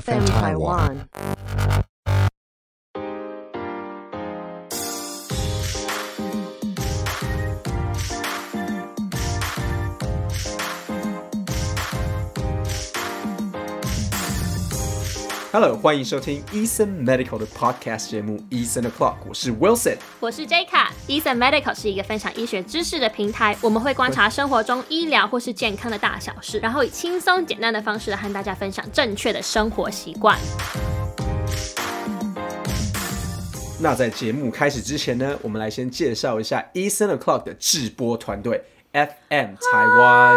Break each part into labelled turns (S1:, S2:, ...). S1: FM Taiwan.
S2: ，Hello，欢迎收听 Eason Medical 的 Podcast 节目 Eason O'clock，我是 Wilson。
S3: 我是 J 卡，Eason Medical 是一个分享医学知识的平台，我们会观察生活中医疗或是健康的大小事，然后以轻松简单的方式和大家分享正确的生活习惯。
S2: 那在节目开始之前呢，我们来先介绍一下 Eason O'clock 的制播团队 FM 台湾。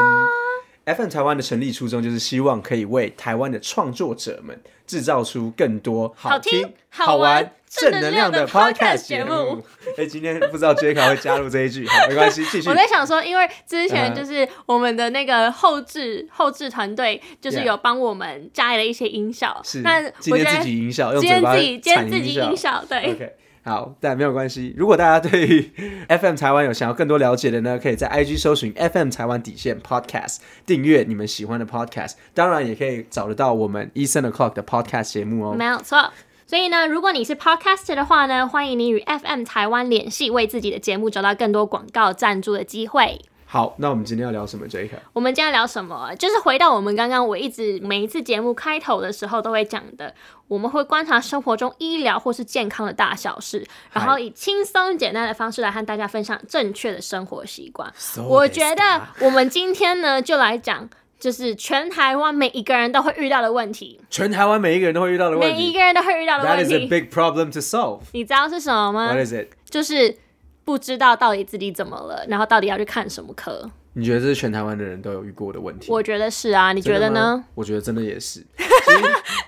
S2: FM 台湾的成立初衷就是希望可以为台湾的创作者们制造出更多
S3: 好听
S2: 好
S3: 好
S2: 玩
S3: 玩、
S2: 正能量的
S3: 正能量的
S2: podcast
S3: podcast
S2: 节
S3: 节
S2: 目
S3: 目。
S2: 哎，今天不知道 J 卡会加入这一句，好，没关系，继续
S3: 我。在想说，因为之前
S2: 嗯
S3: 就是我们的那个后置后置团队，就是
S2: Yeah
S3: 有帮我们加了一些音效，
S2: 是
S3: 那，
S2: 今
S3: 我觉
S2: 天
S3: 得
S2: 自己音效，用
S3: 今
S2: 嘴
S3: 天
S2: 巴
S3: 自己今天
S2: 产
S3: 自己音效，对
S2: OK，好，哎但没有关系。如果大家对于 FM 台湾有想要更多了解的呢，可以在 IG 搜寻 FM 台湾底线 Podcast，订阅你们喜欢的 Podcast。当然，也可以找得到我们 Eason O'clock 的 Podcast 节目哦
S3: 没。有错。所以呢，如果你是 podcaster 的话呢，欢迎你与 FM 台湾联系，为自己的节目找到更多广告赞助的机会。
S2: 好，那我们今天要聊什么 j a c o
S3: 我们今天聊什么？就是回到我们刚刚我一直每一次节目开头的时候都会讲的，我们会观察生活中医疗或是健康的大小事，然后以轻松简单的方式来和大家分享正确的生活习惯。
S2: Oh,
S3: 我觉得我们今天呢，就来讲。就是全台湾每一个人都会遇到的问题，
S2: 全台湾每一个人都会遇到的问
S3: 每一
S2: 题。
S3: 个人都会遇到的
S2: That
S3: 问
S2: is a
S3: 题，
S2: big problem to solve.
S3: 你知道是什么吗
S2: What？is it？
S3: 就是不知道到底自己怎么了，然后到底要去看什么科。
S2: 你觉得这是全台湾的人都有遇过的问题？
S3: 我觉得是啊，你觉得
S2: 真的
S3: 呢
S2: 吗？？我觉得真的也 是。其实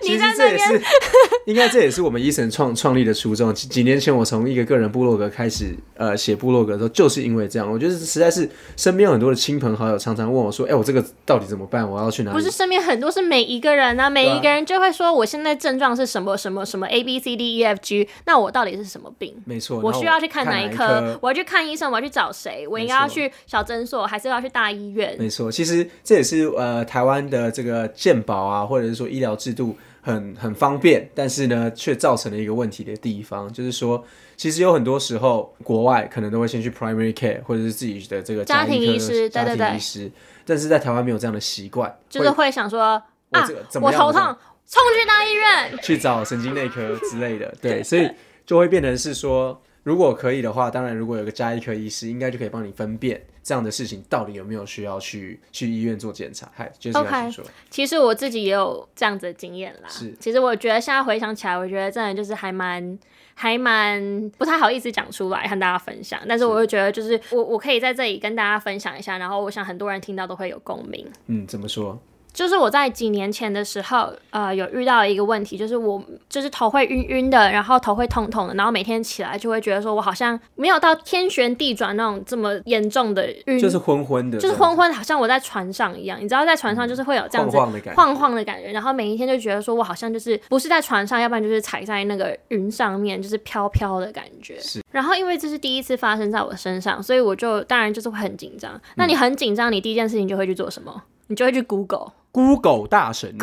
S2: 其实这也是， 应该这也是我们医生创创立的初衷。几几年前，我从一个个人部落格开始，呃，写部落格的时候，就是因为这样。我觉得实在是身边有很多的亲朋好友常常问我说：“哎、我这个到底怎么办？我要去哪里？”
S3: 不是身边很多是每一个人啊，每
S2: 对啊
S3: 一个人就会说我现在症状是什么什么什么 A B C D E F G，那我到底是什么病？
S2: 没错，
S3: 我
S2: 然后
S3: 需要去看哪
S2: 哪
S3: 一科
S2: 科？？
S3: 我要去看医生，我要去找谁？我应该
S2: 没
S3: 要
S2: 错
S3: 去小诊所，还是要去大医院？
S2: 没错，其实这也是呃台湾的这个健保啊，或者是说医疗制度很很方便，但是呢却造成了一个问题的地方，就是说其实有很多时候国外可能都会先去 primary care 或者是自己的这个
S3: 家庭
S2: 医科
S3: 医师
S2: 家
S3: 对对
S2: 庭
S3: 对
S2: 医师，但是在台湾没有这样的习惯，
S3: 就是
S2: 会
S3: 会想说
S2: 我
S3: 啊
S2: 这个怎，么
S3: 我
S2: 样
S3: 头
S2: 怎么
S3: 痛
S2: 样，
S3: 冲去大医院。
S2: 去找神经内科之类 的，对，所以就会变成是说。如果可以的话，当然，如果有个加医科医师，应该就可以帮你分辨这样的事情到底有没有需要去去医院做检查。嗨，就是要
S3: OK
S2: 先说
S3: 其实我自己也有这样子的经验啦。
S2: 是
S3: 其实我觉得现在回想起来，我觉得真的就是还蛮。还蛮不太好意思讲出来和大家分享，但是我会觉得就是我我可以在这里跟大家分享一下，然后我想很多人听到都会有共鸣。
S2: 嗯，怎么说？
S3: 就是我在几年前的时候，呃，有遇到一个问题，就是我就是头会晕晕的，然后头会痛痛的，然后每天起来就会觉得说我好像没有到天旋地转那种这么严重的晕，
S2: 就是昏昏的，
S3: 嗯就是昏，昏，好像我在船上一样。你知道，在船上就是会有这样子
S2: 晃晃的感觉
S3: 晃晃的感觉，然后每一天就觉得说我好像就是不是在船上，要不然就是踩在那个云上面，就是飘飘的感觉。
S2: 是。
S3: 然后因为这是第一次发生在我身上，所以我就当然就是会很紧张。那你很紧张，你第一件事情就会去做什么？你就会去 Google，Google，
S2: Google 大神，
S3: 你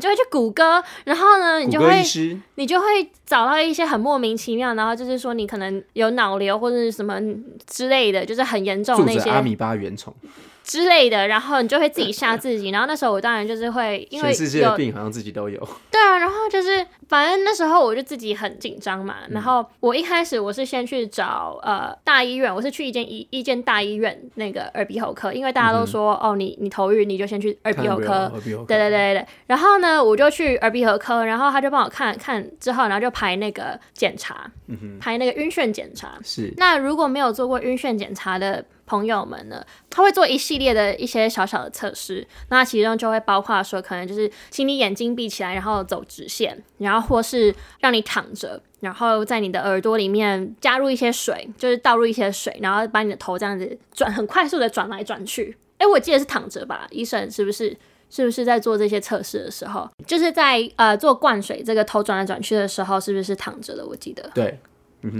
S3: 就会去谷歌，然后呢，你
S2: 谷
S3: 就
S2: 歌
S3: 会
S2: 医师，
S3: 你就会找到一些很莫名其妙，然后就是说你可能有脑瘤或者是什么之类的，就是很严重
S2: 住
S3: 的那
S2: 着
S3: 些
S2: 阿米巴原虫，
S3: 之类的，然后你就会自己吓自己。然后那时候我当然就是会，因为
S2: 全世界的
S3: 有
S2: 病好像自己都有，
S3: 对啊，然后就是反正那时候我就自己很紧张
S2: 嗯
S3: 嘛。然后我一开始我是先去找呃大医院，我是去一间一一间大医院那个耳鼻喉科，因为大家都说、哦你你头晕你就先去耳鼻喉
S2: 嗯
S3: 科。
S2: 看有没哦有，
S3: 对对对对对，然后呢，我就去耳鼻喉科，然后他就帮我看看之后，然后就排那个检查，排那个晕眩检查。
S2: 是
S3: 那如果没有做过晕眩检查的朋友们呢，他会做一系列的一些小小的测试，那其中就会包括说，可能就是请你眼睛闭起来，然后走直线，然后或是让你躺着，然后在你的耳朵里面加入一些水，就是倒入一些水，然后把你的头这样子转，很快速的转来转去。诶，我记得是躺着吧，医生是不是？是不是在做这些测试的时候，就是在呃做灌水这个头转来转去的时候，是不是躺着的？我记得，
S2: 对，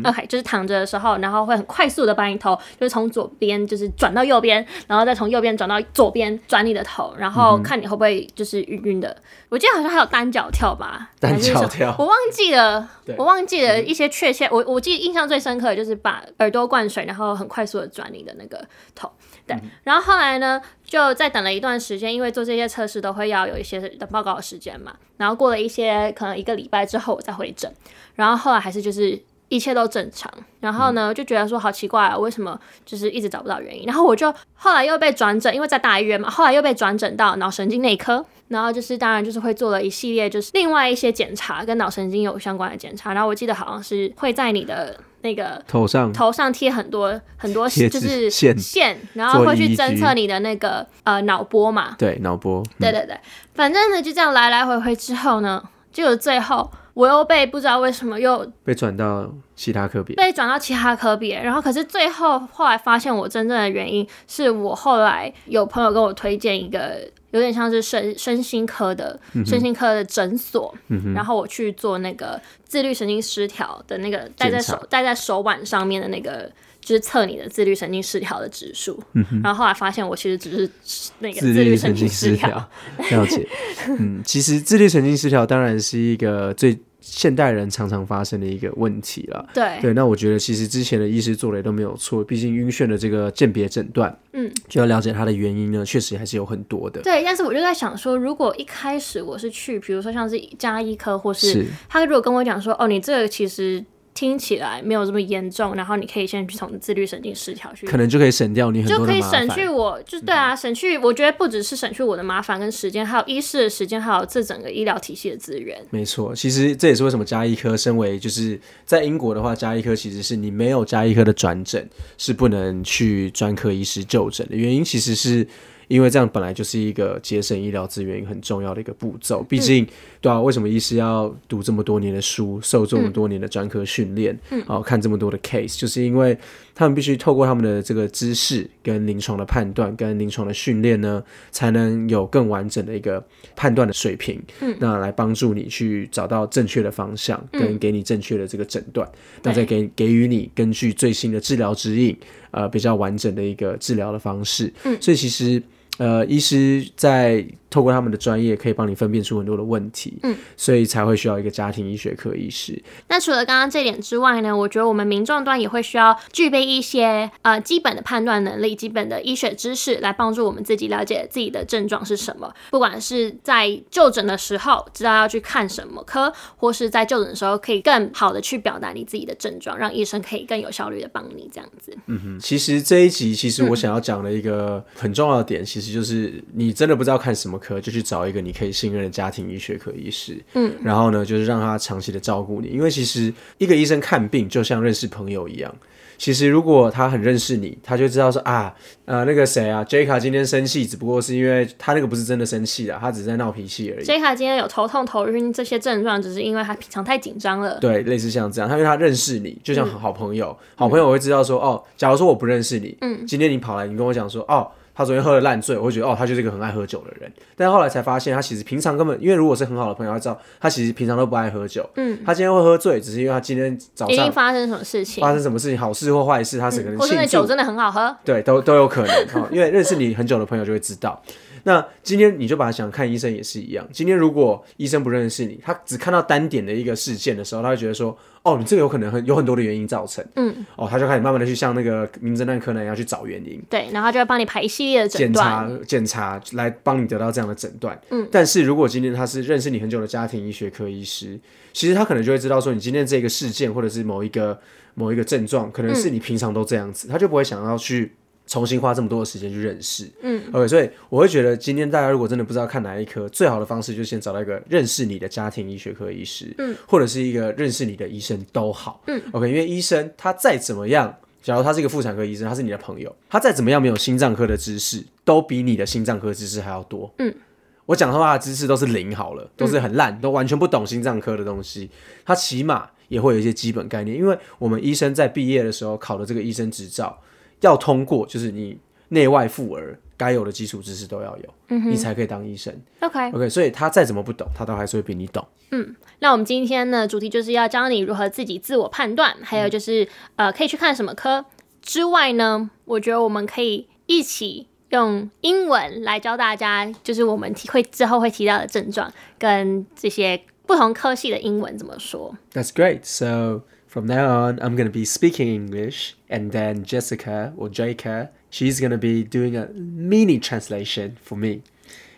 S3: OK，就是躺着的时候，然后会很快速的把你头就是从左边就是转到右边，然后再从右边转到左边转你的头，然
S2: 嗯
S3: 后看你会不会就是晕晕的。我记得好像还有单脚跳吧，
S2: 单
S3: 还是什么
S2: 脚跳
S3: 我忘记了
S2: 对，嗯
S3: 我忘记了一些确切。我我记得印象最深刻的就是把耳朵灌水，然后很快速的转你的那个头。
S2: 嗯
S3: 对，然后后来呢，就再等了一段时间，因为做这些测试都会要有一些的报告的时间嘛。然后过了一些可能一个礼拜之后，我再回诊。然后后来还是就是一切都正常。然后呢，就觉得说好奇怪、啊，为什么就是一直找不到原因？然后我就后来又被转诊，因为在大医院嘛，后来又被转诊到脑神经内科。然后就是当然就是会做了一系列就是另外一些检查跟脑神经有相关的检查。然后我记得好像是会在你的那个
S2: 头上
S3: 头上贴很多很多
S2: 贴
S3: 就
S2: 纸
S3: 是
S2: 线
S3: 线，然后
S2: 做
S3: 会去
S2: 依
S3: 侦
S2: 据
S3: 测你的那个呃脑波嘛。
S2: 对脑波，嗯
S3: 对对对，反正呢就这样来来回回之后呢，就最后我又被不知道为什么又
S2: 被转到其他科别。
S3: 被转到其他科别，然后可是最后后来发现我真正的原因是我后来有朋友跟我推荐一个有点像是身身心科的、身心科的诊所，然后我去做那个自律神经失调的那个戴在手戴在手腕上面的那个。就是测你的自律神经失调的指数，然后后来发现我其实只是那个
S2: 自
S3: 嗯律
S2: 律
S3: 神
S2: 神经
S3: 失
S2: 失调，了解。嗯，其实自律神经失调当然是一个最现代人常常发生的一个问题了。
S3: 对，
S2: 对，那我觉得其实之前的医师做的也都没有错，毕竟晕眩的这个鉴别诊断，
S3: 嗯，
S2: 就要了解它的原因呢，确实还是有很多的。
S3: 对，但是我就在想说，如果一开始我是去，比如说像是加医科，或是嗯
S2: 是
S3: 他如果跟我讲说，哦，你这个其实听起来没有这么严重，然后你可以先去从自律神经失调去，
S2: 可能就可以省掉你很
S3: 就
S2: 多
S3: 可
S2: 的
S3: 以
S2: 麻烦
S3: 省。去我，就对啊，省去我觉得不只是省去我的麻烦跟时间，还有医师的时间，还有这整个医疗体系的资源。
S2: 没错，其实这也是为什么加医科身为就是在英国的话，加医科其实是你没有加医科的转诊是不能去专科医师就诊的原因，其实是因为这样本来就是一个节省医疗资源很重要的一个步骤。毕竟，对啊，为什么医师要读这么多年的书，受这么多年的专科训练，嗯，哦、看这么多的 case，就是因为他们必须透过他们的这个知识、跟临床的判断、跟临床的训练呢，才能有更完整的一个判断的水平，嗯，那来帮助你去找到正确的方向，跟给你正确的这个诊断，那再给给予你根据最新的治疗指引，呃，比较完整的一个治疗的方式，嗯，所以其实。呃，医师在透过他们的专业，可以帮你分辨出很多的问题，嗯，所以才会需要一个家庭医学科医师。
S3: 那除了刚刚这点之外呢，我觉得我们民众端也会需要具备一些呃基本的判断能力、基本的医学知识，来帮助我们自己了解自己的症状是什么。不管是在就诊的时候知道要去看什么科，或是在就诊的时候可以更好的去表达你自己的症状，让医生可以更有效率的帮你这样子。
S2: 其实这一集，其实我想要讲的一个很重要的点，其实就是你真的不知道看什么科，就去找一个你可以信任的家庭医学科医师。嗯，然后呢，就是让他长期的照顾你，因为其实一个医生看病就像认识朋友一样。其实如果他很认识你，他就知道说啊，呃，那个谁啊 j 卡今天生气，只不过是因为他那个不是真的生气啦，啊他只是在闹脾气而已。
S3: J 卡今天有头痛、头晕这些症状，只是因为他平常太紧张了。
S2: 对，类似像这样，他因为他认识你，就
S3: 嗯
S2: 像好朋友，好朋友会知道说，哦，假如说我不认识你，嗯，今天你跑来，你跟我讲说，哦，他昨天喝了烂醉，我会觉得，哦，他就是一个很爱喝酒的人。但后来才发现，他其实平常根本，因为如果是很好的朋友，他知道他其实平常都不爱喝酒，嗯，他今天会喝醉，只是因为他今天早
S3: 一定
S2: 上
S3: 发生什么事情
S2: 发，生什么事情，好事或坏事，他整个人
S3: 或是那
S2: 庆
S3: 酒
S2: 祝
S3: 真的很好喝。
S2: 对，都都有可能哦，因为认识你很久的朋友就会知道。那今天你就把它想看医生也是一样。今天如果医生不认识你，他只看到单点的一个事件的时候，他会觉得说，哦，你这个有可能很有很多的原因造成，嗯，哦，他就开始慢慢的去像那个名侦探柯南一样去找原因。
S3: 对，然后就会帮你排一系列的诊
S2: 检
S3: 断
S2: 查。检查来帮你得到这样的诊断。嗯，但是如果今天他是认识你很久的家庭医学科医师，其实他可能就会知道说你今天这个事件或者是某一个某一个症状，可能是
S3: 嗯
S2: 你平常都这样子，他就不会想要去。重新花这么多的时间去认识，嗯，OK，所以我会觉得今天大家如果真的不知道看哪一科，最好的方式就是先找到一个认识你的家庭医学科医师，嗯，或者是一个认识你的医生都好，嗯，OK，因为医生他再怎么样假如他是一个妇产科医生，他是你的朋友，他再怎么样没有心脏科的知识，都比你的心脏科知识还要多。嗯，我讲的话的知识都是零好了，都是很烂，都完全不懂心脏科的东西。他起码也会有一些基本概念，因为我们医生在毕业的时候考的这个医生执照要通过，就是你内外妇儿该有的基础知识都要有，
S3: 嗯
S2: 你才可以当医生。
S3: OK，
S2: OK，所以他再怎么不懂，他都还是会比你懂。
S3: 那我们今天呢，主题就是要教你如何自己自我判断，还
S2: 嗯
S3: 有就是、呃，可以去看什么科之外呢，我觉得我们可以一起用英文来教大家，就是我们提会之后会提到的症状跟这些不同科系的英文怎么说。
S2: That's great. So from now on, I'm going to be speaking English, and then Jessica or Jaka, she's going to be doing a mini translation for me.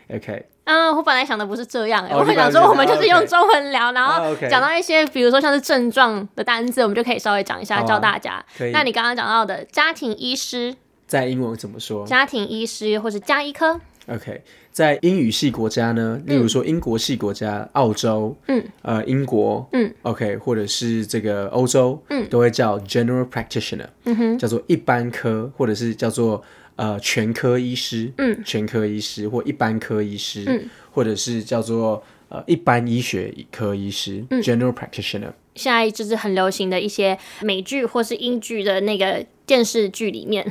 S2: Okay.
S3: 嗯，我本来想的不是这样、欸
S2: 哦
S3: 我会想说
S2: 你
S3: 我
S2: 本来
S3: 们
S2: 不
S3: 就是是
S2: 这样
S3: 用中文聊，然
S2: 啊
S3: 后
S2: ，OK
S3: 讲到一些，比如说像是症状的单字，我们就可以稍微讲一下，
S2: 好啊
S3: 教大家
S2: 可以。
S3: 那你刚刚讲到的家庭医师、
S2: 在英文怎么说
S3: 家庭医师或者家医科，
S2: ？OK，在英语系国家呢，例如说英国系国家、澳洲，
S3: 嗯，
S2: 呃，英国，
S3: 嗯
S2: ，OK，或者是这个欧洲，
S3: 嗯
S2: 都会叫 general practitioner，
S3: 嗯哼。
S2: 叫做一般科，或者是叫做呃全科医师，
S3: 嗯，
S2: 全科医师或一般科医师，
S3: 嗯，
S2: 或者是叫做呃一般医学科医师、g
S3: 嗯
S2: e n e r a l practitioner。
S3: 现在就是很流行的一些美剧或是英剧的那个电视剧里面，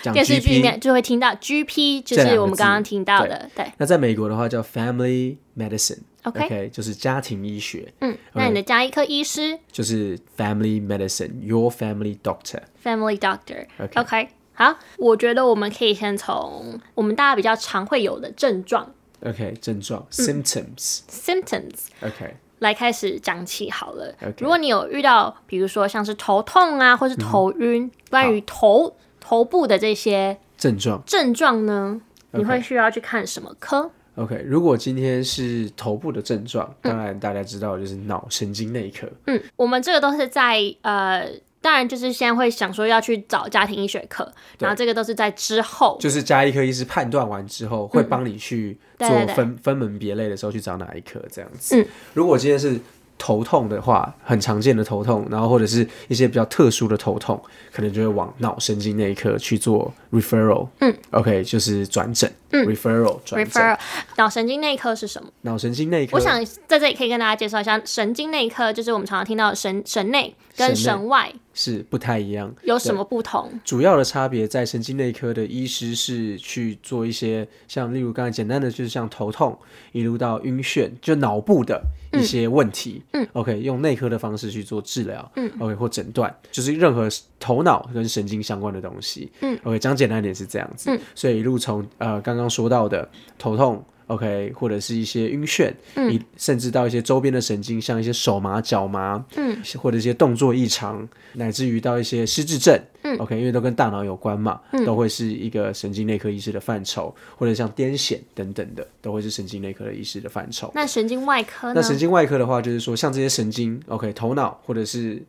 S2: 讲
S3: 电视剧
S2: GP
S3: 里面就会听到 GP，就
S2: 这两
S3: 是
S2: 个
S3: 我们
S2: 字
S3: 刚刚听到的，对。
S2: 那在美国的话叫 family medicine。
S3: OK
S2: 就是家庭医学，
S3: 嗯，那你的加医科医师
S2: 就是 family medicine，your family doctor。
S3: （Family Doctor）。
S2: OK
S3: 好，我觉得我们可以先从我们大家比较常会有的症状
S2: OK，症状
S3: 嗯
S2: symptoms。
S3: （symptoms）
S2: OK，
S3: 来开始讲起好了。
S2: OK
S3: 如果你有遇到，比如说像是头痛啊，或是头
S2: 嗯
S3: 晕，关于头头部的这些
S2: 症状。
S3: 症状呢，你
S2: OK
S3: 会需要去看什么科？
S2: OK，如果今天是头部的症状，当然大家知道就是脑神经内科。
S3: 嗯，我们这个都是在呃，当然就是先会想说要去找家庭医学课，然后这个都是在之后。
S2: 就是加医科医师判断完之后，会帮你去做
S3: 嗯对
S2: 分
S3: 对对
S2: 分门别类的时候去找哪一科这样子。
S3: 嗯
S2: 如果今天是头痛的话，很常见的头痛，然后或者是一些比较特殊的头痛，可能就会往脑神经内科去做 referral。
S3: 嗯
S2: ，OK，就是转诊。
S3: 嗯
S2: referral 转诊。
S3: refer 脑神经内科是什么？
S2: 脑神经内科，
S3: 我想在这里可以跟大家介绍一下，神经内科就是我们常常听到的神神内跟
S2: 神内
S3: 神外
S2: 是不太一样。
S3: 有什么不同？
S2: 主要的差别在神经内科的医师是去做一些像例如刚才简单的就是像头痛，一路到晕眩，就脑部的一些问题。
S3: 嗯
S2: o k 用内科的方式去做治疗。
S3: 嗯
S2: ，OK 或诊断，就是任何头脑跟神经相关的东西。
S3: 嗯
S2: ，OK 讲简单一点是这样子。
S3: 嗯，
S2: 所以一路从呃刚刚说到的头痛。OK，或者是一些晕眩，
S3: 嗯
S2: 你甚至到一些周边的神经，像一些手麻、脚麻，
S3: 嗯，
S2: 或者一些动作异常，乃至于到一些失智症，
S3: 嗯
S2: ，OK，因为都跟大脑有关嘛，
S3: 嗯
S2: 都会是一个神经内科医师的范畴，或者像癫痫等等的，都会是神经内科的医师的范畴。
S3: 那神经外科
S2: 那
S3: 呢？
S2: 神经外科的话，就是说像这些神经，OK，头脑或者是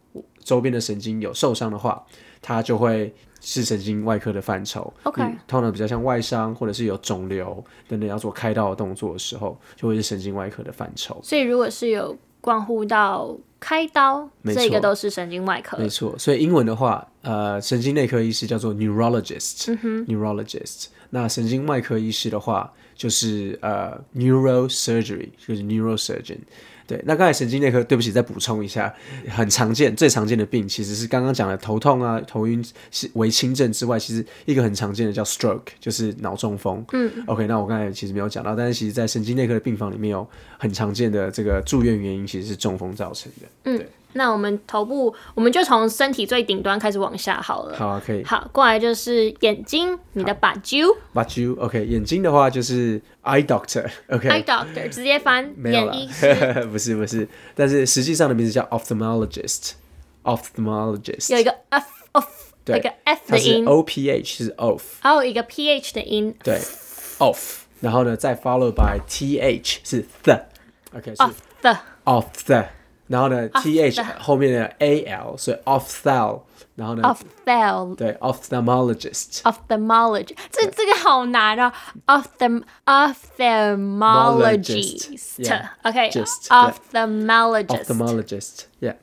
S2: 周边的神经有受伤的话，它就会是神经外科的范畴。
S3: OK
S2: 你头脑比较像外伤，或者是有肿瘤等等要做开刀的动作的时候，就会是神经外科的范畴。
S3: 所以如果是有关乎到开刀，
S2: 没错
S3: 这个都是神经外科
S2: 没。错，所以英文的话，呃，神经内科医师叫做 neurologist，、neurologist。那神经外科医师的话，就是呃 neurosurgery，就是 neurosurgeon。对，那刚才神经内科，对不起，再补充一下，很常见、最常见的病其实是刚刚讲的头痛啊、头晕是为轻症之外，其实一个很常见的叫 stroke，就是脑中风。嗯，OK，那我刚才其实没有讲到，但是其实在神经内科的病房里面有很常见的这个住院原因其实是中风造成的。
S3: 那我们头部，我们就从身体最顶端开始往下好了。
S2: 好啊，可以。
S3: 好，过来就是眼睛，你的把揪。
S2: But you OK，眼睛的话就是 eye doctor OK，
S3: Eye doctor 直接翻
S2: 没有
S3: 眼
S2: 啦
S3: 医 师，，
S2: 不是不是，但是实际上的名字叫 ophthalmologist ophthalmologist，
S3: 有一个 f of
S2: 对
S3: 一个 f
S2: 它
S3: 的
S2: 是
S3: 音，
S2: O P H 是 off
S3: 还有一个 ph 的音
S2: 对 off，然后呢再 follow by T H 是 the OK 是
S3: of the
S2: off the，然后呢 T H
S3: the
S2: 后面的 A L 所以 ophthalm，然后呢
S3: of the
S2: 嗯对 ophthalmologist
S3: ophthalmology，这这个好难哦，ophthalm
S2: Ophthalmologist，yeah，just，对
S3: ophthalmologist，OK，ophthalmologist
S2: ophthalmologist，yeah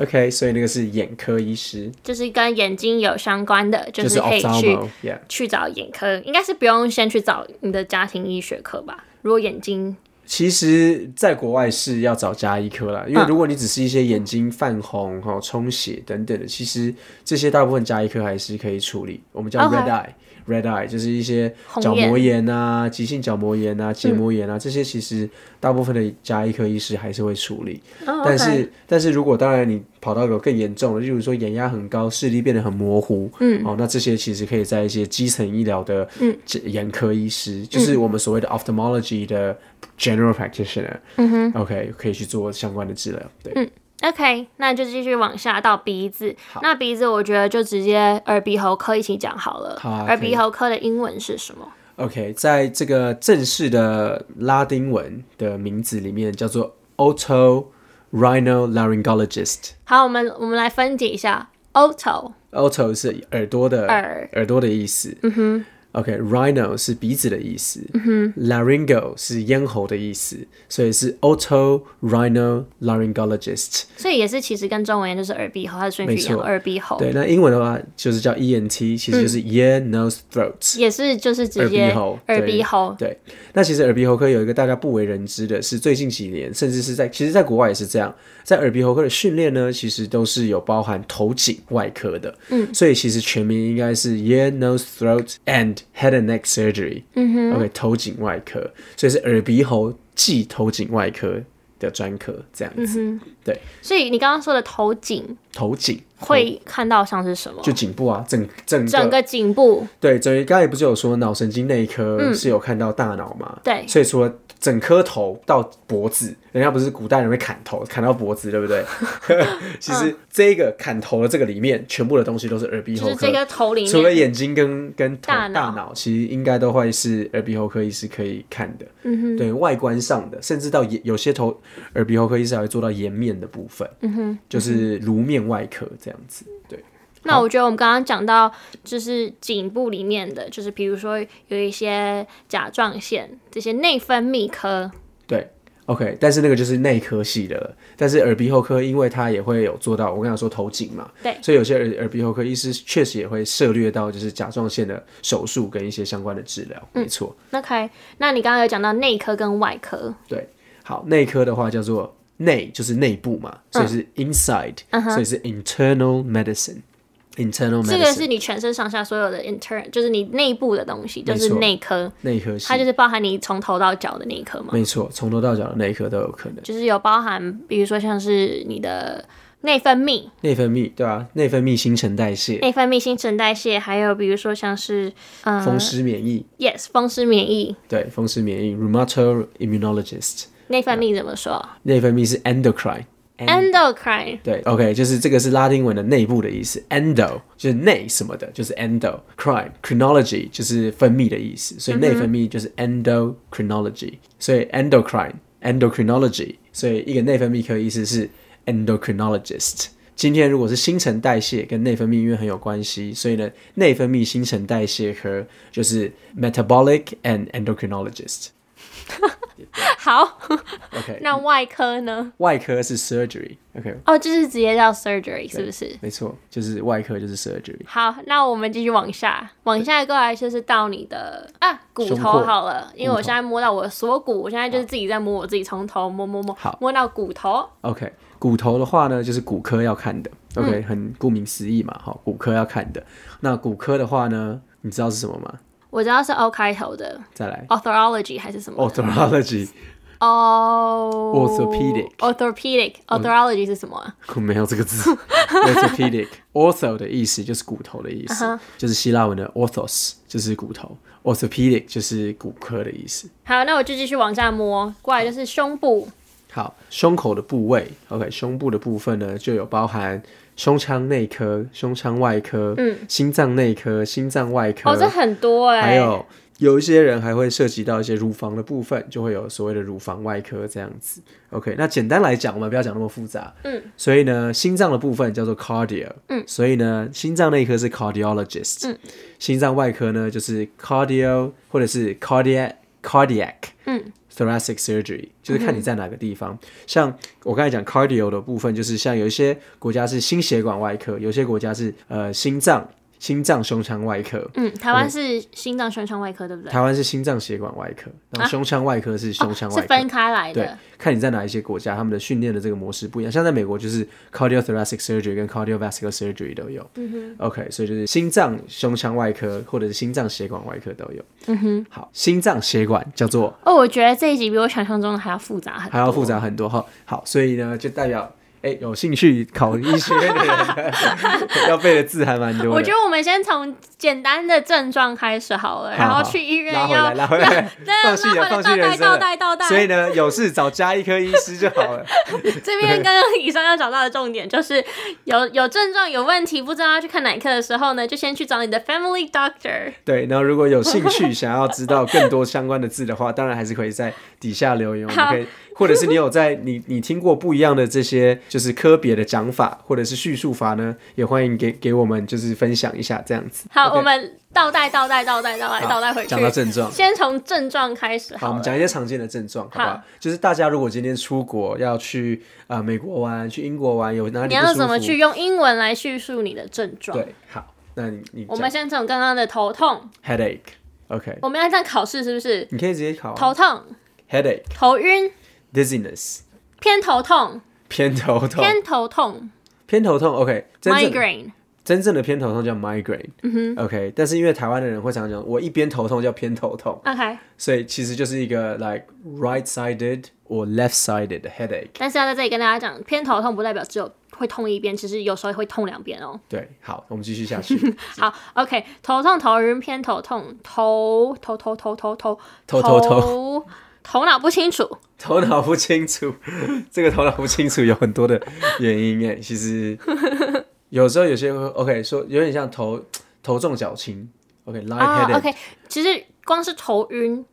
S2: OK，所以那个是眼科医师，
S3: 就是跟眼睛有相关的，就
S2: 就是是
S3: 可以去
S2: ophthalmo，yeah。
S3: 去找眼科，应该是不用先去找你的家庭医学科吧？如果眼睛
S2: 其实，在国外是要找加医科啦，
S3: 嗯
S2: 因为如果你只是一些眼睛泛红、哈、充血等等的，其实这些大部分加医科还是可以处理。我们叫
S3: OK
S2: red eye、 red eye，就是一些
S3: 红
S2: 角
S3: 眼嗯
S2: 膜炎啊、急性角膜炎啊、结膜炎啊、这些，其实大部分的家医科医师还是会处理。
S3: 哦
S2: 但
S3: OK
S2: 是，但是如果当然你跑到有更严重的，例如说眼压很高，视力变得很模糊，嗯，哦，那这些其实可以在一些基层医疗的这眼科医师，就是我们所谓的 ophthalmology 的 general practitioner，嗯哼，OK，可以嗯去做相关的治疗。对，
S3: OK，那就继续往下到鼻子。那鼻子，我觉得就直接耳鼻喉科一起讲好了。
S2: 好啊
S3: 耳
S2: 可以
S3: 鼻喉科的英文是什么？
S2: OK，在这个正式的拉丁文的名字里面叫做 otorhinolaryngologist。
S3: 好，我们我们来分解一下。Auto
S2: Oto 是耳朵的
S3: 耳
S2: 朵的意思。嗯哼。OK，rhino、是鼻子的意思。嗯哼。Laryngo 是咽喉的意思，所以是 otorhinolaryngologist。
S3: 所以也是其实跟中文一样，就是耳鼻喉，它的顺序
S2: 没
S3: 一样，
S2: 错
S3: 耳鼻喉
S2: 对，那英文的话就是叫 ENT，其实就是 ear、nose throat。
S3: 也是就是直接
S2: 耳鼻喉对
S3: 耳鼻喉
S2: 对，那其实耳鼻喉科有一个大家不为人知的是，最近几年，甚至是在其实，在国外也是这样，在耳鼻喉科的训练呢，其实都是有包含头颈外科的。嗯，所以其实全名应该是 ear, nose, throat and head and neck surgery。嗯哼，OK，头颈外科，所以是耳鼻喉暨头颈外科的专科这样子。
S3: 嗯
S2: 对，
S3: 所以你刚刚说的头颈
S2: 头颈
S3: 会看到像是什么？
S2: 就颈部啊，整整个
S3: 整个颈部
S2: 对，所以刚才不是有说脑神经内科是有看到大脑嘛？
S3: 嗯对
S2: 所以除了整颗头到脖子，人家不是古代人会砍头，砍到脖子，对不对？ 其实这个砍头的这个里面，全部的东西都是耳鼻
S3: 嗯就
S2: 喉
S3: 是
S2: 科
S3: 这，个头里面，
S2: 除了眼睛跟跟头
S3: 大脑
S2: 大脑，其实应该都会是耳鼻喉科医师可以看的。嗯哼，对外观上的，甚至到眼有些头耳鼻喉科医师还会做到颜面的部分。嗯哼，就是颅面外科这样子。对，
S3: 那我觉得我们刚刚讲到，就是颈部里面的，就是比如说有一些甲状腺这些内分泌科，
S2: 对，OK，但是那个就是内科系的了。但是耳鼻喉科，因为它也会有做到，我刚才说头颈嘛，
S3: 对
S2: 所以有些耳耳鼻喉科医师确实也会涉略到就是甲状腺的手术跟一些相关的治疗，
S3: 嗯
S2: 没错，
S3: 那可以。那你刚刚有讲到内科跟外科，
S2: 对。好，内科的话叫做内，就是内部嘛，
S3: 嗯
S2: 所以是 inside，、所以是 internal medicine。internal
S3: 这个
S2: medicine
S3: 是你全身上下所有的 intern，就是你内部的东西，就
S2: 没
S3: 是
S2: 错
S3: 内科，
S2: 内科系，
S3: 它就是包含你从头到脚的那一科嘛，
S2: 没错，从头到脚的内科都有可能。
S3: 就是有包含，比如说像是你的内分泌、
S2: 内分泌对吧、啊内分泌、新陈代谢、
S3: 内分泌、新陈代谢，还有比如说像是嗯、
S2: 风湿免疫，
S3: y e s 风湿免疫，
S2: 对，风湿免疫 （rheumatoid immunologist）。
S3: 内分泌怎么说
S2: 内分泌是 endocrine。
S3: ？endocrine。
S2: 对，OK，就是这个是拉丁文的内部的意思，endo 就是内什么的，就是 endo，crime chronology 就是分泌的意思，所以内分泌就是 endocrinology，、所以 endocrine endocrinology，所以一个内分泌科医师是 endocrinologist。今天如果是新陈代谢跟内分泌因为很有关系，所以呢，内分泌新陈代谢科就是 metabolic and endocrinologist。
S3: 好，
S2: OK，
S3: 那外科呢？
S2: 外科是 surgery，OK，、
S3: 嗯哦，就是直接叫 surgery 是不是？
S2: 没错，就是外科就是 surgery。
S3: 好，那我们继续往下，往下过来就是到你的啊骨
S2: 胸
S3: 头
S2: 廓
S3: 好了，因为我现在摸到我的锁骨，我现在就是自己在摸我自己，从头摸摸摸
S2: 好，
S3: 摸到骨头。
S2: OK，骨头的话呢，就是骨科要看的。OK，、很
S3: 嗯
S2: 顾名思义嘛，好，骨科要看的。那骨科的话呢，你知道是什么吗？
S3: 我知道是 O 开头的
S2: 再来
S3: orthology 还是什么
S2: ，orthology，
S3: 哦
S2: Orthopedic 嗯
S3: orthopedic orthology 是什么啊？
S2: 我 没有这个字 ，orthopedic，ortho 的意思就是骨头的意思
S3: 嗯
S2: 就是希腊文的 orthos 就是骨头，orthopedic 就是骨科的意思。
S3: 好，那我就继续往下摸，过来就是胸部，
S2: 好，胸口的部位，OK，胸部的部分呢，就有包含胸腔内科、胸腔外科、嗯、心脏内科、心脏外科，
S3: 哦，这很多哎、
S2: 还有有一些人还会涉及到一些乳房的部分，就会有所谓的乳房外科这样子。OK，那简单来讲，我们不要讲那么复杂。嗯，所以呢，心脏的部分叫做 cardio。嗯，所以呢，心脏内科是 cardiologist。嗯，心脏外科呢就是 cardio 或者是 cardiac cardiac。嗯。thoracic surgery 就是看你在哪个地方，像我刚才讲 cardio 的部分，就是像有一些国家是心血管外科，有些国家是呃心脏心脏胸腔外科，
S3: 嗯，台湾是心脏胸腔外科，对不对？
S2: 台湾是心脏血管外科，然后胸腔外科是胸腔
S3: 啊哦是
S2: 外科。
S3: 分开来
S2: 对
S3: 的。，
S2: 看你在哪一些国家，他们的训练的这个模式不一样。像在美国就是 cardiothoracic surgery 跟 cardiovascular surgery 都有。嗯哼。OK，所以就是心脏胸腔外科或者是心脏血管外科都有。
S3: 嗯哼，
S2: 好，心脏血管叫做
S3: 哦，我觉得这一集比我想象中的还要复杂很多，
S2: 还要复。杂很多哈。好，所以呢，就代表哎、有兴趣考医学的 人要背的字还蛮多的。
S3: 我觉得我们先从简单的症状开始好了，
S2: 好
S3: 然
S2: 好
S3: 后去医院
S2: 拉回
S3: 要
S2: 来，拉回来， 放
S3: 对，
S2: 弃了，
S3: 拉
S2: 放
S3: 回
S2: 弃人
S3: 来
S2: 生
S3: 倒带倒
S2: 了。
S3: 带倒带。
S2: 所以呢，有事找加医科医师就好了。
S3: 这边刚刚以上要找到的重点就是有有症状有问题，不知道要去看哪一科的时候呢，就先去找你的 family doctor。
S2: 对，然后如果有兴趣想要知道更多相关的字的话，当然还是可以在底下留言，我们
S3: 好
S2: 可以，或者是你有在你你听过不一样的这些就是科别的讲法或者是叙述法呢，也欢迎给给我们就是分享一下这样子。
S3: 好
S2: OK
S3: 我们倒带倒带倒带倒带
S2: 好
S3: 倒带回去
S2: 讲，到症状。
S3: 先从症状开始
S2: 好，我
S3: 好
S2: 们
S3: 了。
S2: 讲一些常见的症状，好不好
S3: 好？
S2: 就是大家如果今天出国要去啊、呃美国玩、去英国玩，有哪里不
S3: 你
S2: 舒服？
S3: 要怎么去用英文来叙述你的症状？
S2: 对，好，那你你
S3: 我
S2: 讲
S3: 们先从刚刚的头痛，
S2: headache，OK，、
S3: 我们要这样考试是不是？
S2: 你可以直接考、啊、
S3: 头痛、
S2: headache、
S3: 头晕、
S2: dizziness、
S3: 偏头痛、
S2: 偏头痛、
S3: 偏头痛
S2: 偏头痛，OK，真正
S3: （migraine）。嗯
S2: 真正的偏头痛叫 migraine，OK，、但是因为台湾的人会常常讲，我一边头痛叫偏头痛，
S3: OK，
S2: 所以其实就是一个 like right-sided or left-sided headache。
S3: 但是要在这里跟大家讲，偏头痛不代表只有会痛一边，其实有时候会痛两边哦。
S2: 对，好，我们继续下去。
S3: 好，OK，头痛、头晕、偏头痛、头头头头头头
S2: 头头
S3: 头
S2: 头
S3: 头脑不清楚，
S2: 头脑不清楚，这个头脑不清楚有很多的原因诶，其实有时候有些会 OK 说有点像头头重脚轻，OK light-headed，、
S3: 啊 OK，其实光是头晕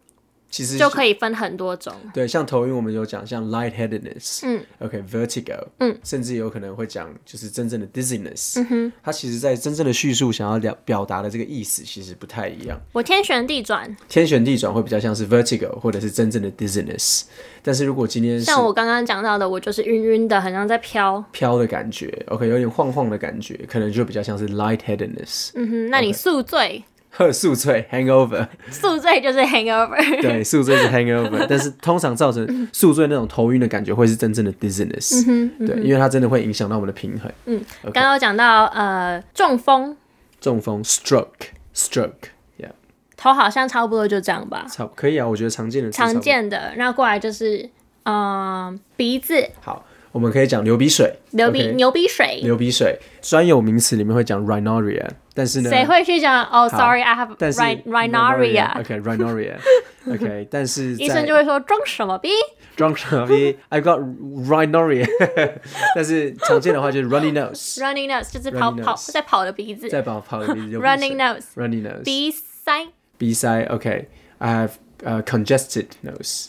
S2: 其实
S3: 就可以分很多种。
S2: 对，像头晕我们有讲像 lightheadedness，
S3: 嗯
S2: ，OK vertigo，
S3: 嗯，
S2: 甚至有可能会讲就是真正的 dizziness，嗯哼，它其实在真正的叙述想要表表达的这个意思其实不太一样，
S3: 我天旋地转，
S2: 天旋地转会比较像是 vertigo 或者是真正的 dizziness，但是如果今天是
S3: 像我刚刚讲到的，我就是晕晕的，很像在飘。
S2: 飘的感觉，OK 有点晃晃的感觉，可能就比较像是 lightheadedness，
S3: 嗯哼，那你宿醉
S2: 呵，宿醉 hangover，
S3: 宿醉就是 hangover。
S2: 对，宿醉是 hangover，但是通常造成宿醉那种头晕的感觉会是真正的 dizziness，、对，
S3: 嗯
S2: 因为它真的会影响到我们的平衡。
S3: 刚刚有讲到呃中风，
S2: 中风 stroke stroke yeah
S3: 头好像差不多就这样吧，
S2: 差不可以啊，我觉得常见的至少
S3: 常见的。那过来就是嗯、呃鼻子
S2: 好，我们可以讲流鼻水，
S3: 流鼻
S2: OK，
S3: 流鼻水，
S2: 流鼻水，专有名词里面会讲 rhinorrhea，但是呢，
S3: 谁会去讲哦？Sorry，I have
S2: 但是
S3: rhin- rhinorrhea。
S2: OK rhinorrhea OK，但是
S3: 医生
S2: 在
S3: 就会说装什么逼？
S2: drunk coffee I got rhinorrhea，但 是常见的话就是 runny nose，
S3: Running nose 就是跑
S2: Running
S3: 跑
S2: nose
S3: 在跑的鼻子
S2: 再把我跑的鼻子流鼻
S3: Running
S2: 水
S3: nose
S2: runny nose
S3: 鼻塞
S2: 鼻塞 OK I have uh, congested nose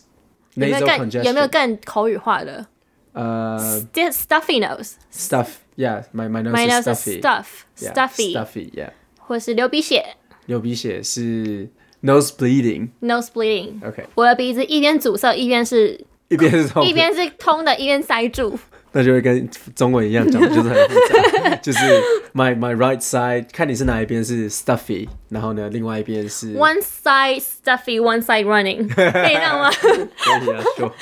S3: 有没
S2: nasal
S3: 有更
S2: congestion
S3: 有没有更口语化的
S2: 呃
S3: Stu-？Stuffy nose
S2: stuff yeah my my nose
S3: my
S2: is
S3: nose is
S2: stuffy
S3: stuff
S2: Yeah,
S3: stuffy，
S2: stuffy yeah
S3: 或是流鼻血
S2: 流鼻血是 nose bleeding
S3: nose bleeding。
S2: OK
S3: 我的鼻子一边阻塞，一边是
S2: 一边是痛苦
S3: 一边是通的，一边塞住。
S2: 那就会跟中文一样讲的就是很复杂就是 my my right side 看你是哪一边是 stuffy 然后呢另外一边是
S3: One side stuffy, one side running，可以这样吗
S2: 可以啊 sure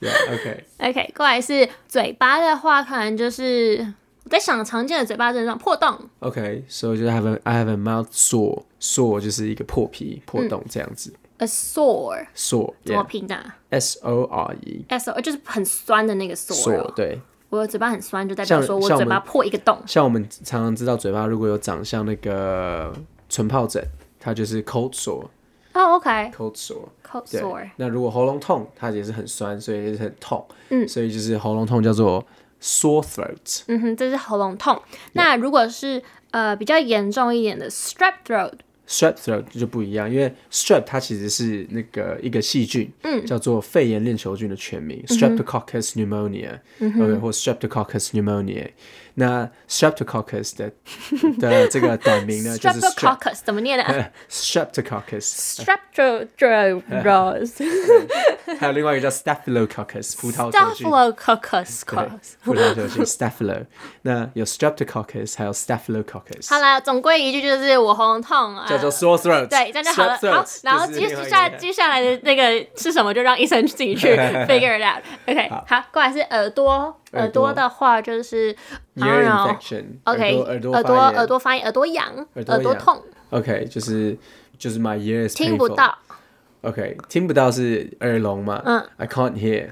S2: yeah OK
S3: ？OK，过来是嘴巴的话，可能就是我在想常见的嘴巴症状：破洞、
S2: OK so 就是 have a I have a mouth sore sore 就是一个破皮破洞这样子
S3: a sore，
S2: sore
S3: 怎么
S2: yeah
S3: 拼啊
S2: S O R E
S3: ？s o 就是很酸的那个 sore，
S2: sore
S3: 哦
S2: 对
S3: 我的嘴巴很酸，就代表
S2: 像
S3: 说我
S2: 像我
S3: 嘴巴
S2: 们
S3: 破一个洞。
S2: 像我们常常知道嘴巴如果有长像那个唇疱疹它就是 cold sore
S3: 哦，OK，cold
S2: cold sore
S3: sore，
S2: 那如果喉咙痛，它也是很酸，所以也是很痛。嗯，所以就是喉咙痛叫做 sore throat。
S3: 嗯哼，这是喉咙痛。那如果是呃比较严重一点的 strep throat，
S2: strep throat 就不一样，因为 strep 它其实是那个一个细菌，嗯，叫做肺炎链球菌的全名、Streptococcus pneumonia，OK，或 Streptococcus pneumonia。那 Streptococcus 的的这个短名呢，就是 strep
S3: Streptococcus 怎么 念啊
S2: Streptococcus，
S3: ？Streptococcus。
S2: 还有另外一个叫 Staphylococcus 葡萄球菌。对
S3: Staphylococcus。
S2: 葡萄球菌 Staphylo，那 有 Streptococcus，还有 Staphylococcus，
S3: 好啦，总归一句就是我喉咙痛啊。
S2: 叫做 sore throat，
S3: 对，这样就好了。
S2: strep
S3: 好，
S2: throat，
S3: 然后
S2: 就是
S3: 接
S2: 另外一个
S3: 下接下来的那个是什么，就让医生自 己去 figure it out。OK，好，过来是耳朵，
S2: 耳
S3: 耳
S2: 朵
S3: 朵的话就是 I
S2: ear
S3: don't know
S2: infection，
S3: OK，
S2: 耳朵
S3: 耳朵
S2: 发炎
S3: 耳朵发炎，耳朵痒，
S2: 耳朵
S3: 耳朵
S2: 痒
S3: 痛，
S2: OK，就是就是 my ear is
S3: 听不
S2: painful
S3: 到。
S2: OK，听不到是耳聋嘛？
S3: 嗯
S2: ，I can't hear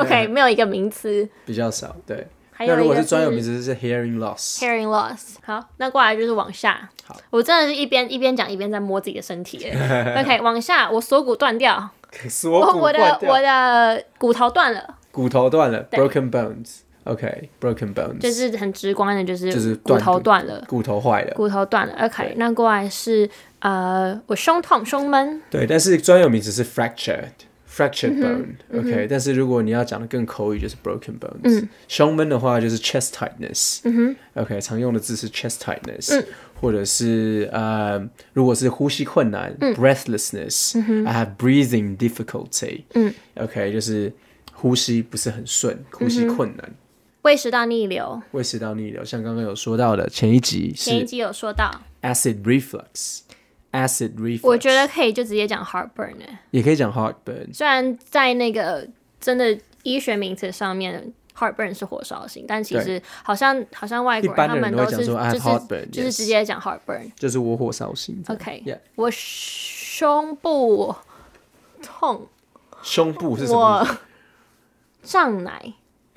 S3: OK，没有一个名词。
S2: 比较少。对，
S3: 还有
S2: 那如果
S3: 一个
S2: 是专有
S3: 是
S2: 名词是 hearing loss。
S3: Hearing loss。好，那过来就是往下。我真的是一边一边讲一边在摸自己的身体耶。OK，往下，我锁骨断掉，
S2: 锁
S3: 我
S2: 骨
S3: 哦我的
S2: 断掉，
S3: 我的骨头断了，
S2: 骨头断了
S3: 对
S2: ，broken bones。OK，broken
S3: 就
S2: bones
S3: 是很直观的，就是
S2: 就是
S3: 骨
S2: 断
S3: 头
S2: 骨
S3: 断了，
S2: 骨头坏了。
S3: 骨头断了。OK，那过来是呃，我胸痛、胸闷，
S2: 对，但是专有名词是 fractured。Fractured bone, OK，、但是如果你要讲的更口语，就是 broken bones。胸闷的话就是 chest tightness，、OK，常用的字是 chest tightness，、或者是呃，如果是呼吸困难、breathlessness，I、have breathing difficulty，OK，就是呼吸不是很顺，呼吸困难，
S3: 胃食道逆流。
S2: 胃食道逆流，像刚刚有说到的前一集
S3: 前一
S2: 是
S3: 集有说到，
S2: acid reflux，acid reflux，
S3: 我觉得可以就直接讲 heartburn 耶
S2: 也可以讲 heartburn，
S3: 虽然在那个真的医学名词上面，heartburn 是火烧心，但其实好像好像外国
S2: 一般
S3: 人
S2: 的
S3: 他
S2: 人
S3: 们
S2: 都会
S3: 都是
S2: 讲说啊
S3: 就是
S2: heartburn，
S3: 就是
S2: yes
S3: 直接讲 heartburn。
S2: 就是我火烧心这样。
S3: OK，、
S2: Yeah
S3: 我胸部痛，
S2: 胸部是什么意
S3: 我
S2: 思
S3: 胀奶。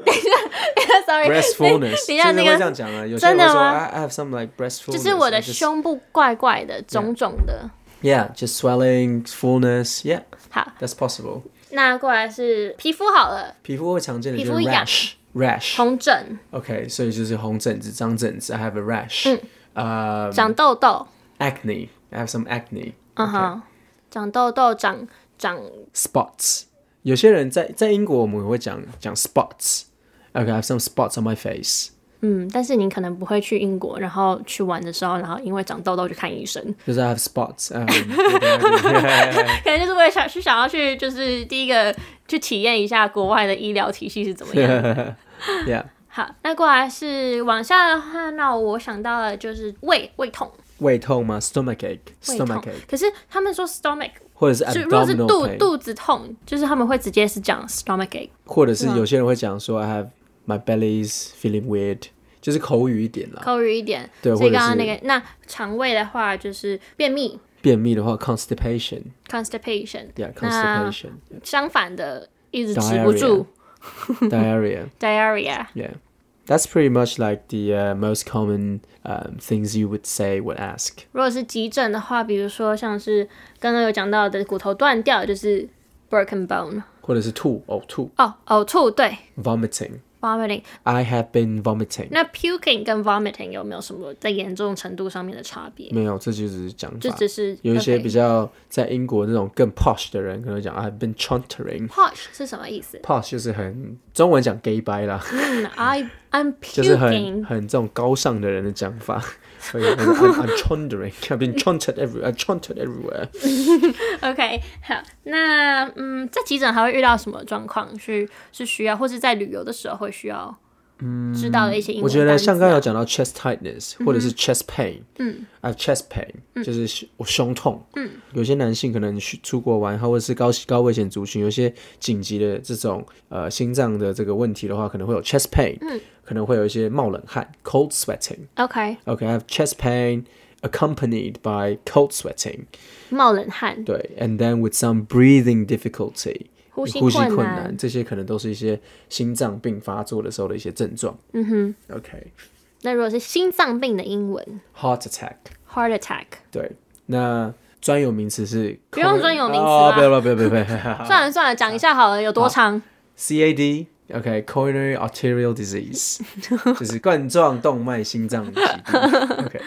S3: 等一下等一下
S2: ？breastfulness，
S3: ，sorry，等一
S2: 就
S3: 下
S2: 是
S3: 那
S2: 会这
S3: 个
S2: 样讲啊，有些
S3: 真
S2: 人
S3: 的
S2: 会说
S3: 吗
S2: I I have some like breastfulness，
S3: 就是我的
S2: and just-
S3: 胸部怪怪的、肿肿的。
S2: ，yeah，just swelling fullness，yeah，
S3: 好，
S2: that's possible。
S3: 那过来是皮肤好了，
S2: 皮肤会常见的就
S3: 皮
S2: 是
S3: 肤痒
S2: rash，rash，OK，、
S3: 红疹、
S2: OK，所以就是红疹子、脏疹子，I have a rash，呃、
S3: 长痘痘，
S2: acne，I have some acne，
S3: 嗯哼，长痘痘、长长
S2: spots。有些人在在英国，我们会讲讲 spots。OK，I、have some spots on my face，
S3: 嗯，但是你可能不会去英国，然后去玩的时候，然后因为长痘痘去看医生，
S2: 就是 I have spots、嗯。
S3: 可能就是为了想去想要去，就是第一个去体验一下国外的医疗体系是怎么样。
S2: yeah，
S3: 好，那过来是往下的话，那我想到了就是胃胃痛，
S2: 胃痛吗？stomach
S3: 胃痛
S2: ache，stomach ache。
S3: 可是他们说 stomach，
S2: 或者是
S3: 就如果是
S2: abdominal
S3: 肚
S2: pain，
S3: 肚子痛，就是他们会直接是讲 stomach ache。
S2: 或者是有些人会讲说 I have my belly's feeling weird，就是口语一点啦。
S3: 口语一点，
S2: 对
S3: 所以
S2: 或者
S3: 刚刚
S2: 是
S3: 那个那肠胃的话就是便秘
S2: 便秘的话 constipation，yeah
S3: constipation，那
S2: constipation
S3: 相反的一直止不住
S2: diarrhea
S3: diarrhea。
S2: yeah that's pretty much like the uh, most common um, things you would say would ask
S3: 如果是急诊的话，比如说像是刚刚有讲到的骨头断掉，就是 broken bone。
S2: 或者是吐呕吐
S3: 哦，呕吐，对
S2: vomiting
S3: ，vomiting。
S2: I have been vomiting
S3: 那 puking 跟 vomiting 有没有什么在严重程度上面的差别？
S2: 没有这就只是讲
S3: 就
S2: 法
S3: 只是
S2: 有一些
S3: OK
S2: 比较在英国那种更 posh 的人可能会讲 I've been chuntering
S3: posh 是什么意思
S2: posh 就是很中文讲 gay bye 啦。
S3: 嗯？I I'm
S2: 就是很
S3: puking。
S2: 很这种高尚的人的讲法。 所以 I'm, I'm chondering, I've been chaunted everywhere, I'm chaunted everywhere。
S3: OK，好， 那嗯，在急诊还会遇到什么状况？是是需要，或是在旅游的时候会需要知道的一些英
S2: 嗯
S3: 文
S2: 我觉得
S3: 单词
S2: 像刚
S3: 啊嗯
S2: 刚有讲到 chest tightness 或者是 chest pain，嗯，I have chest pain，就是胸我胸痛，嗯，有些男性可能去出国玩，或者是高高危险族群，有一些紧急的这种呃心脏的这个问题的话，可能会有 chest pain，嗯，可能会有一些冒冷汗 cold sweating。
S3: OK
S2: OK, I have chest pain accompanied by cold sweating.
S3: 冒冷汗，
S2: 对，and then with some breathing difficulty，
S3: 呼吸
S2: 呼吸
S3: 困
S2: 困
S3: 难
S2: 难，这些可能都是一些心脏病发作的时候的一些症状。嗯哼，OK，heart
S3: 那如果是心脏病的英文
S2: attack，
S3: heart attack，
S2: 对，那专有名词是
S3: 不用专有名词
S2: 哦
S3: 吧
S2: 不要不要不要不要不要
S3: 算了算了，讲一下好了，有多长？
S2: ，CAD。OK，coronary、arterial disease 就是冠状动脉心脏疾病。OK，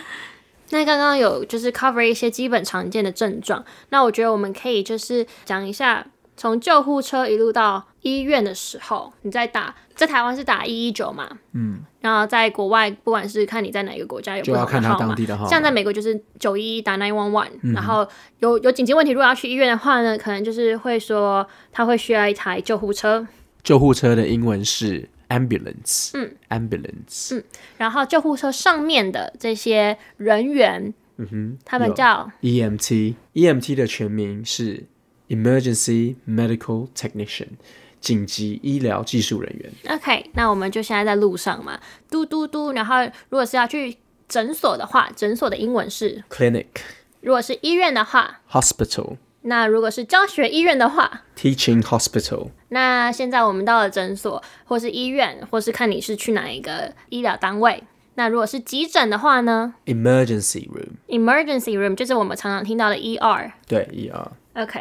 S3: 那刚刚有就是 cover 一些基本常见的症状，那我觉得我们可以就是讲一下，从救护车一路到医院的时候，你在打在台湾是打一一九嘛，
S2: 嗯，
S3: 然后在国外不管是看你在哪个国家有不
S2: 就要
S3: 同
S2: 看
S3: 的
S2: 他
S3: 号
S2: 当
S3: 码，
S2: 地的号码。嗯
S3: 像在美国就是九一打 nine one one，然后有有紧急问题，如果要去医院的话呢，可能就是会说他会需要一台救护车，
S2: 救护车的英文是 ambulance，
S3: 嗯
S2: ，ambulance，
S3: 然后救护车上面的这些人员，
S2: 嗯哼，
S3: 他们
S2: 有
S3: 叫
S2: E EMT。EMT 的全名是 Emergency Medical Technician，紧急医疗技术人员。
S3: OK，那我们就现在在路上嘛，嘟嘟嘟。然后如果是要去诊所的话，诊所的英文是；
S2: Clinic、
S3: 如果是医院的话，
S2: Hospital、
S3: 那如果是教学医院的话，
S2: Teaching Hospital，
S3: 那现在我们到了诊所，或是医院，或是看你是去哪一个医疗单位。那如果是急诊的话呢
S2: Emergency Room，
S3: ，emergency room 就是我们常常听到的 ER。
S2: 对，ER，或者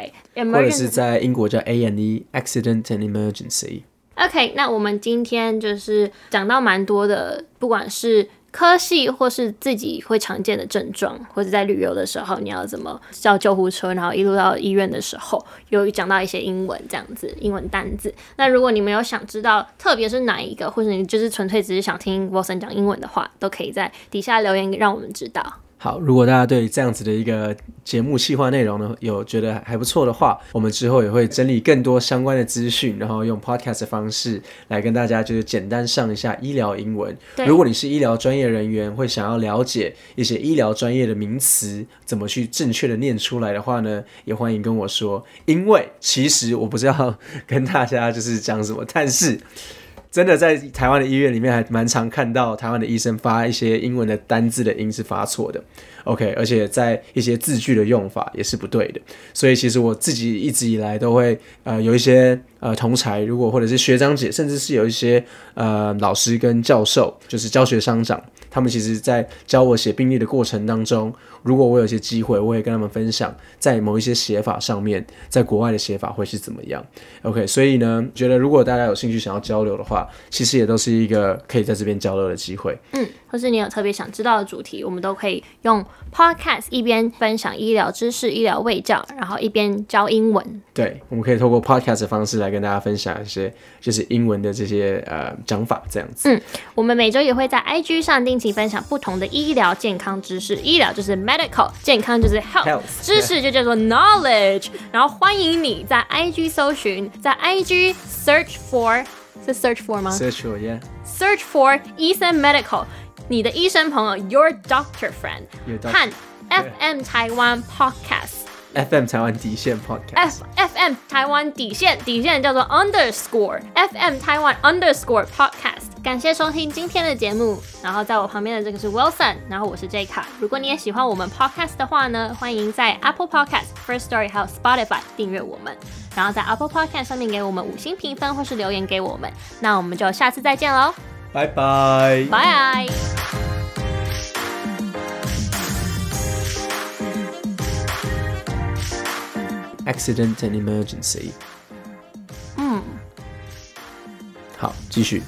S2: 是
S3: OK，emergency、
S2: 在英国叫 A&E Accident and Emergency。
S3: OK，那我们今天就是讲到蛮多的，不管是科系或是自己会常见的症状，或者在旅游的时候你要怎么叫救护车，然后一路到医院的时候，有讲到一些英文这样子，英文单字。那如果你们有想知道，特别是哪一个，或者你就是纯粹只是想听 Wilson 讲英文的话，都可以在底下留言让我们知道。
S2: 好，如果大家对这样子的一个节目企划内容呢，有觉得还不错的话，我们之后也会整理更多相关的资讯，然后用 podcast 的方式来跟大家就是简单上一下医疗英文。
S3: 对
S2: 如果你是医疗专业人员，会想要了解一些医疗专业的名词怎么去正确的念出来的话呢，也欢迎跟我说，因为其实我不是要跟大家就是讲什么，但是 真的在台湾的医院里面还蛮常看到台湾的医生发一些英文的单字的音是发错的，OK，而且在一些字句的用法也是不对的，所以其实我自己一直以来都会呃有一些呃同才，如果或者是学长姐，甚至是有一些呃老师跟教授，就是教学商长，他们其实在教我写病历的过程当中，如果我有一些机会，我也跟他们分享在某一些写法上面，在国外的写法会是怎么样。OK，所以呢，觉得如果大家有兴趣想要交流的话，其实也都是一个可以在这边交流的机会。
S3: 嗯，或是你有特别想知道的主题，我们都可以用 podcast 一边分享医疗知识、医疗卫教，然后一边教英文。
S2: 对，我们可以透过 podcast 的方式来跟大家分享一些就是英文的这些呃讲法这样子。
S3: 我们每周也会在 IG 上定期分享不同的医疗健康知识，医疗就是 medical，健康就是 health，,
S2: Health，
S3: 知识就叫做 knowledge。然后欢迎你在 IG 搜寻，在 IG search for 是 search for 吗
S2: Search for yeah,
S3: ？search for 医生 medical，你的医生朋友 your doctor friend
S2: Your doctor
S3: 和 FM 台湾 podcast。
S2: FM 台湾底线 podcast。
S3: F FM 台湾底线，底线叫做 underscore FM 台湾 underscore podcast。感谢收听今天的节目，然后在我旁边的这个是 Wilson，然后我是 J 卡。如果你也喜欢我们 podcast 的话呢，欢迎在 Apple Podcast、First Story 还有 Spotify 订阅我们，然后在 Apple Podcast 上面给我们五星评分或是留言给我们。那我们就下次再见喽，
S2: 拜拜。
S3: 拜。
S2: Accident and emergency。
S3: 嗯。
S2: 好，继续。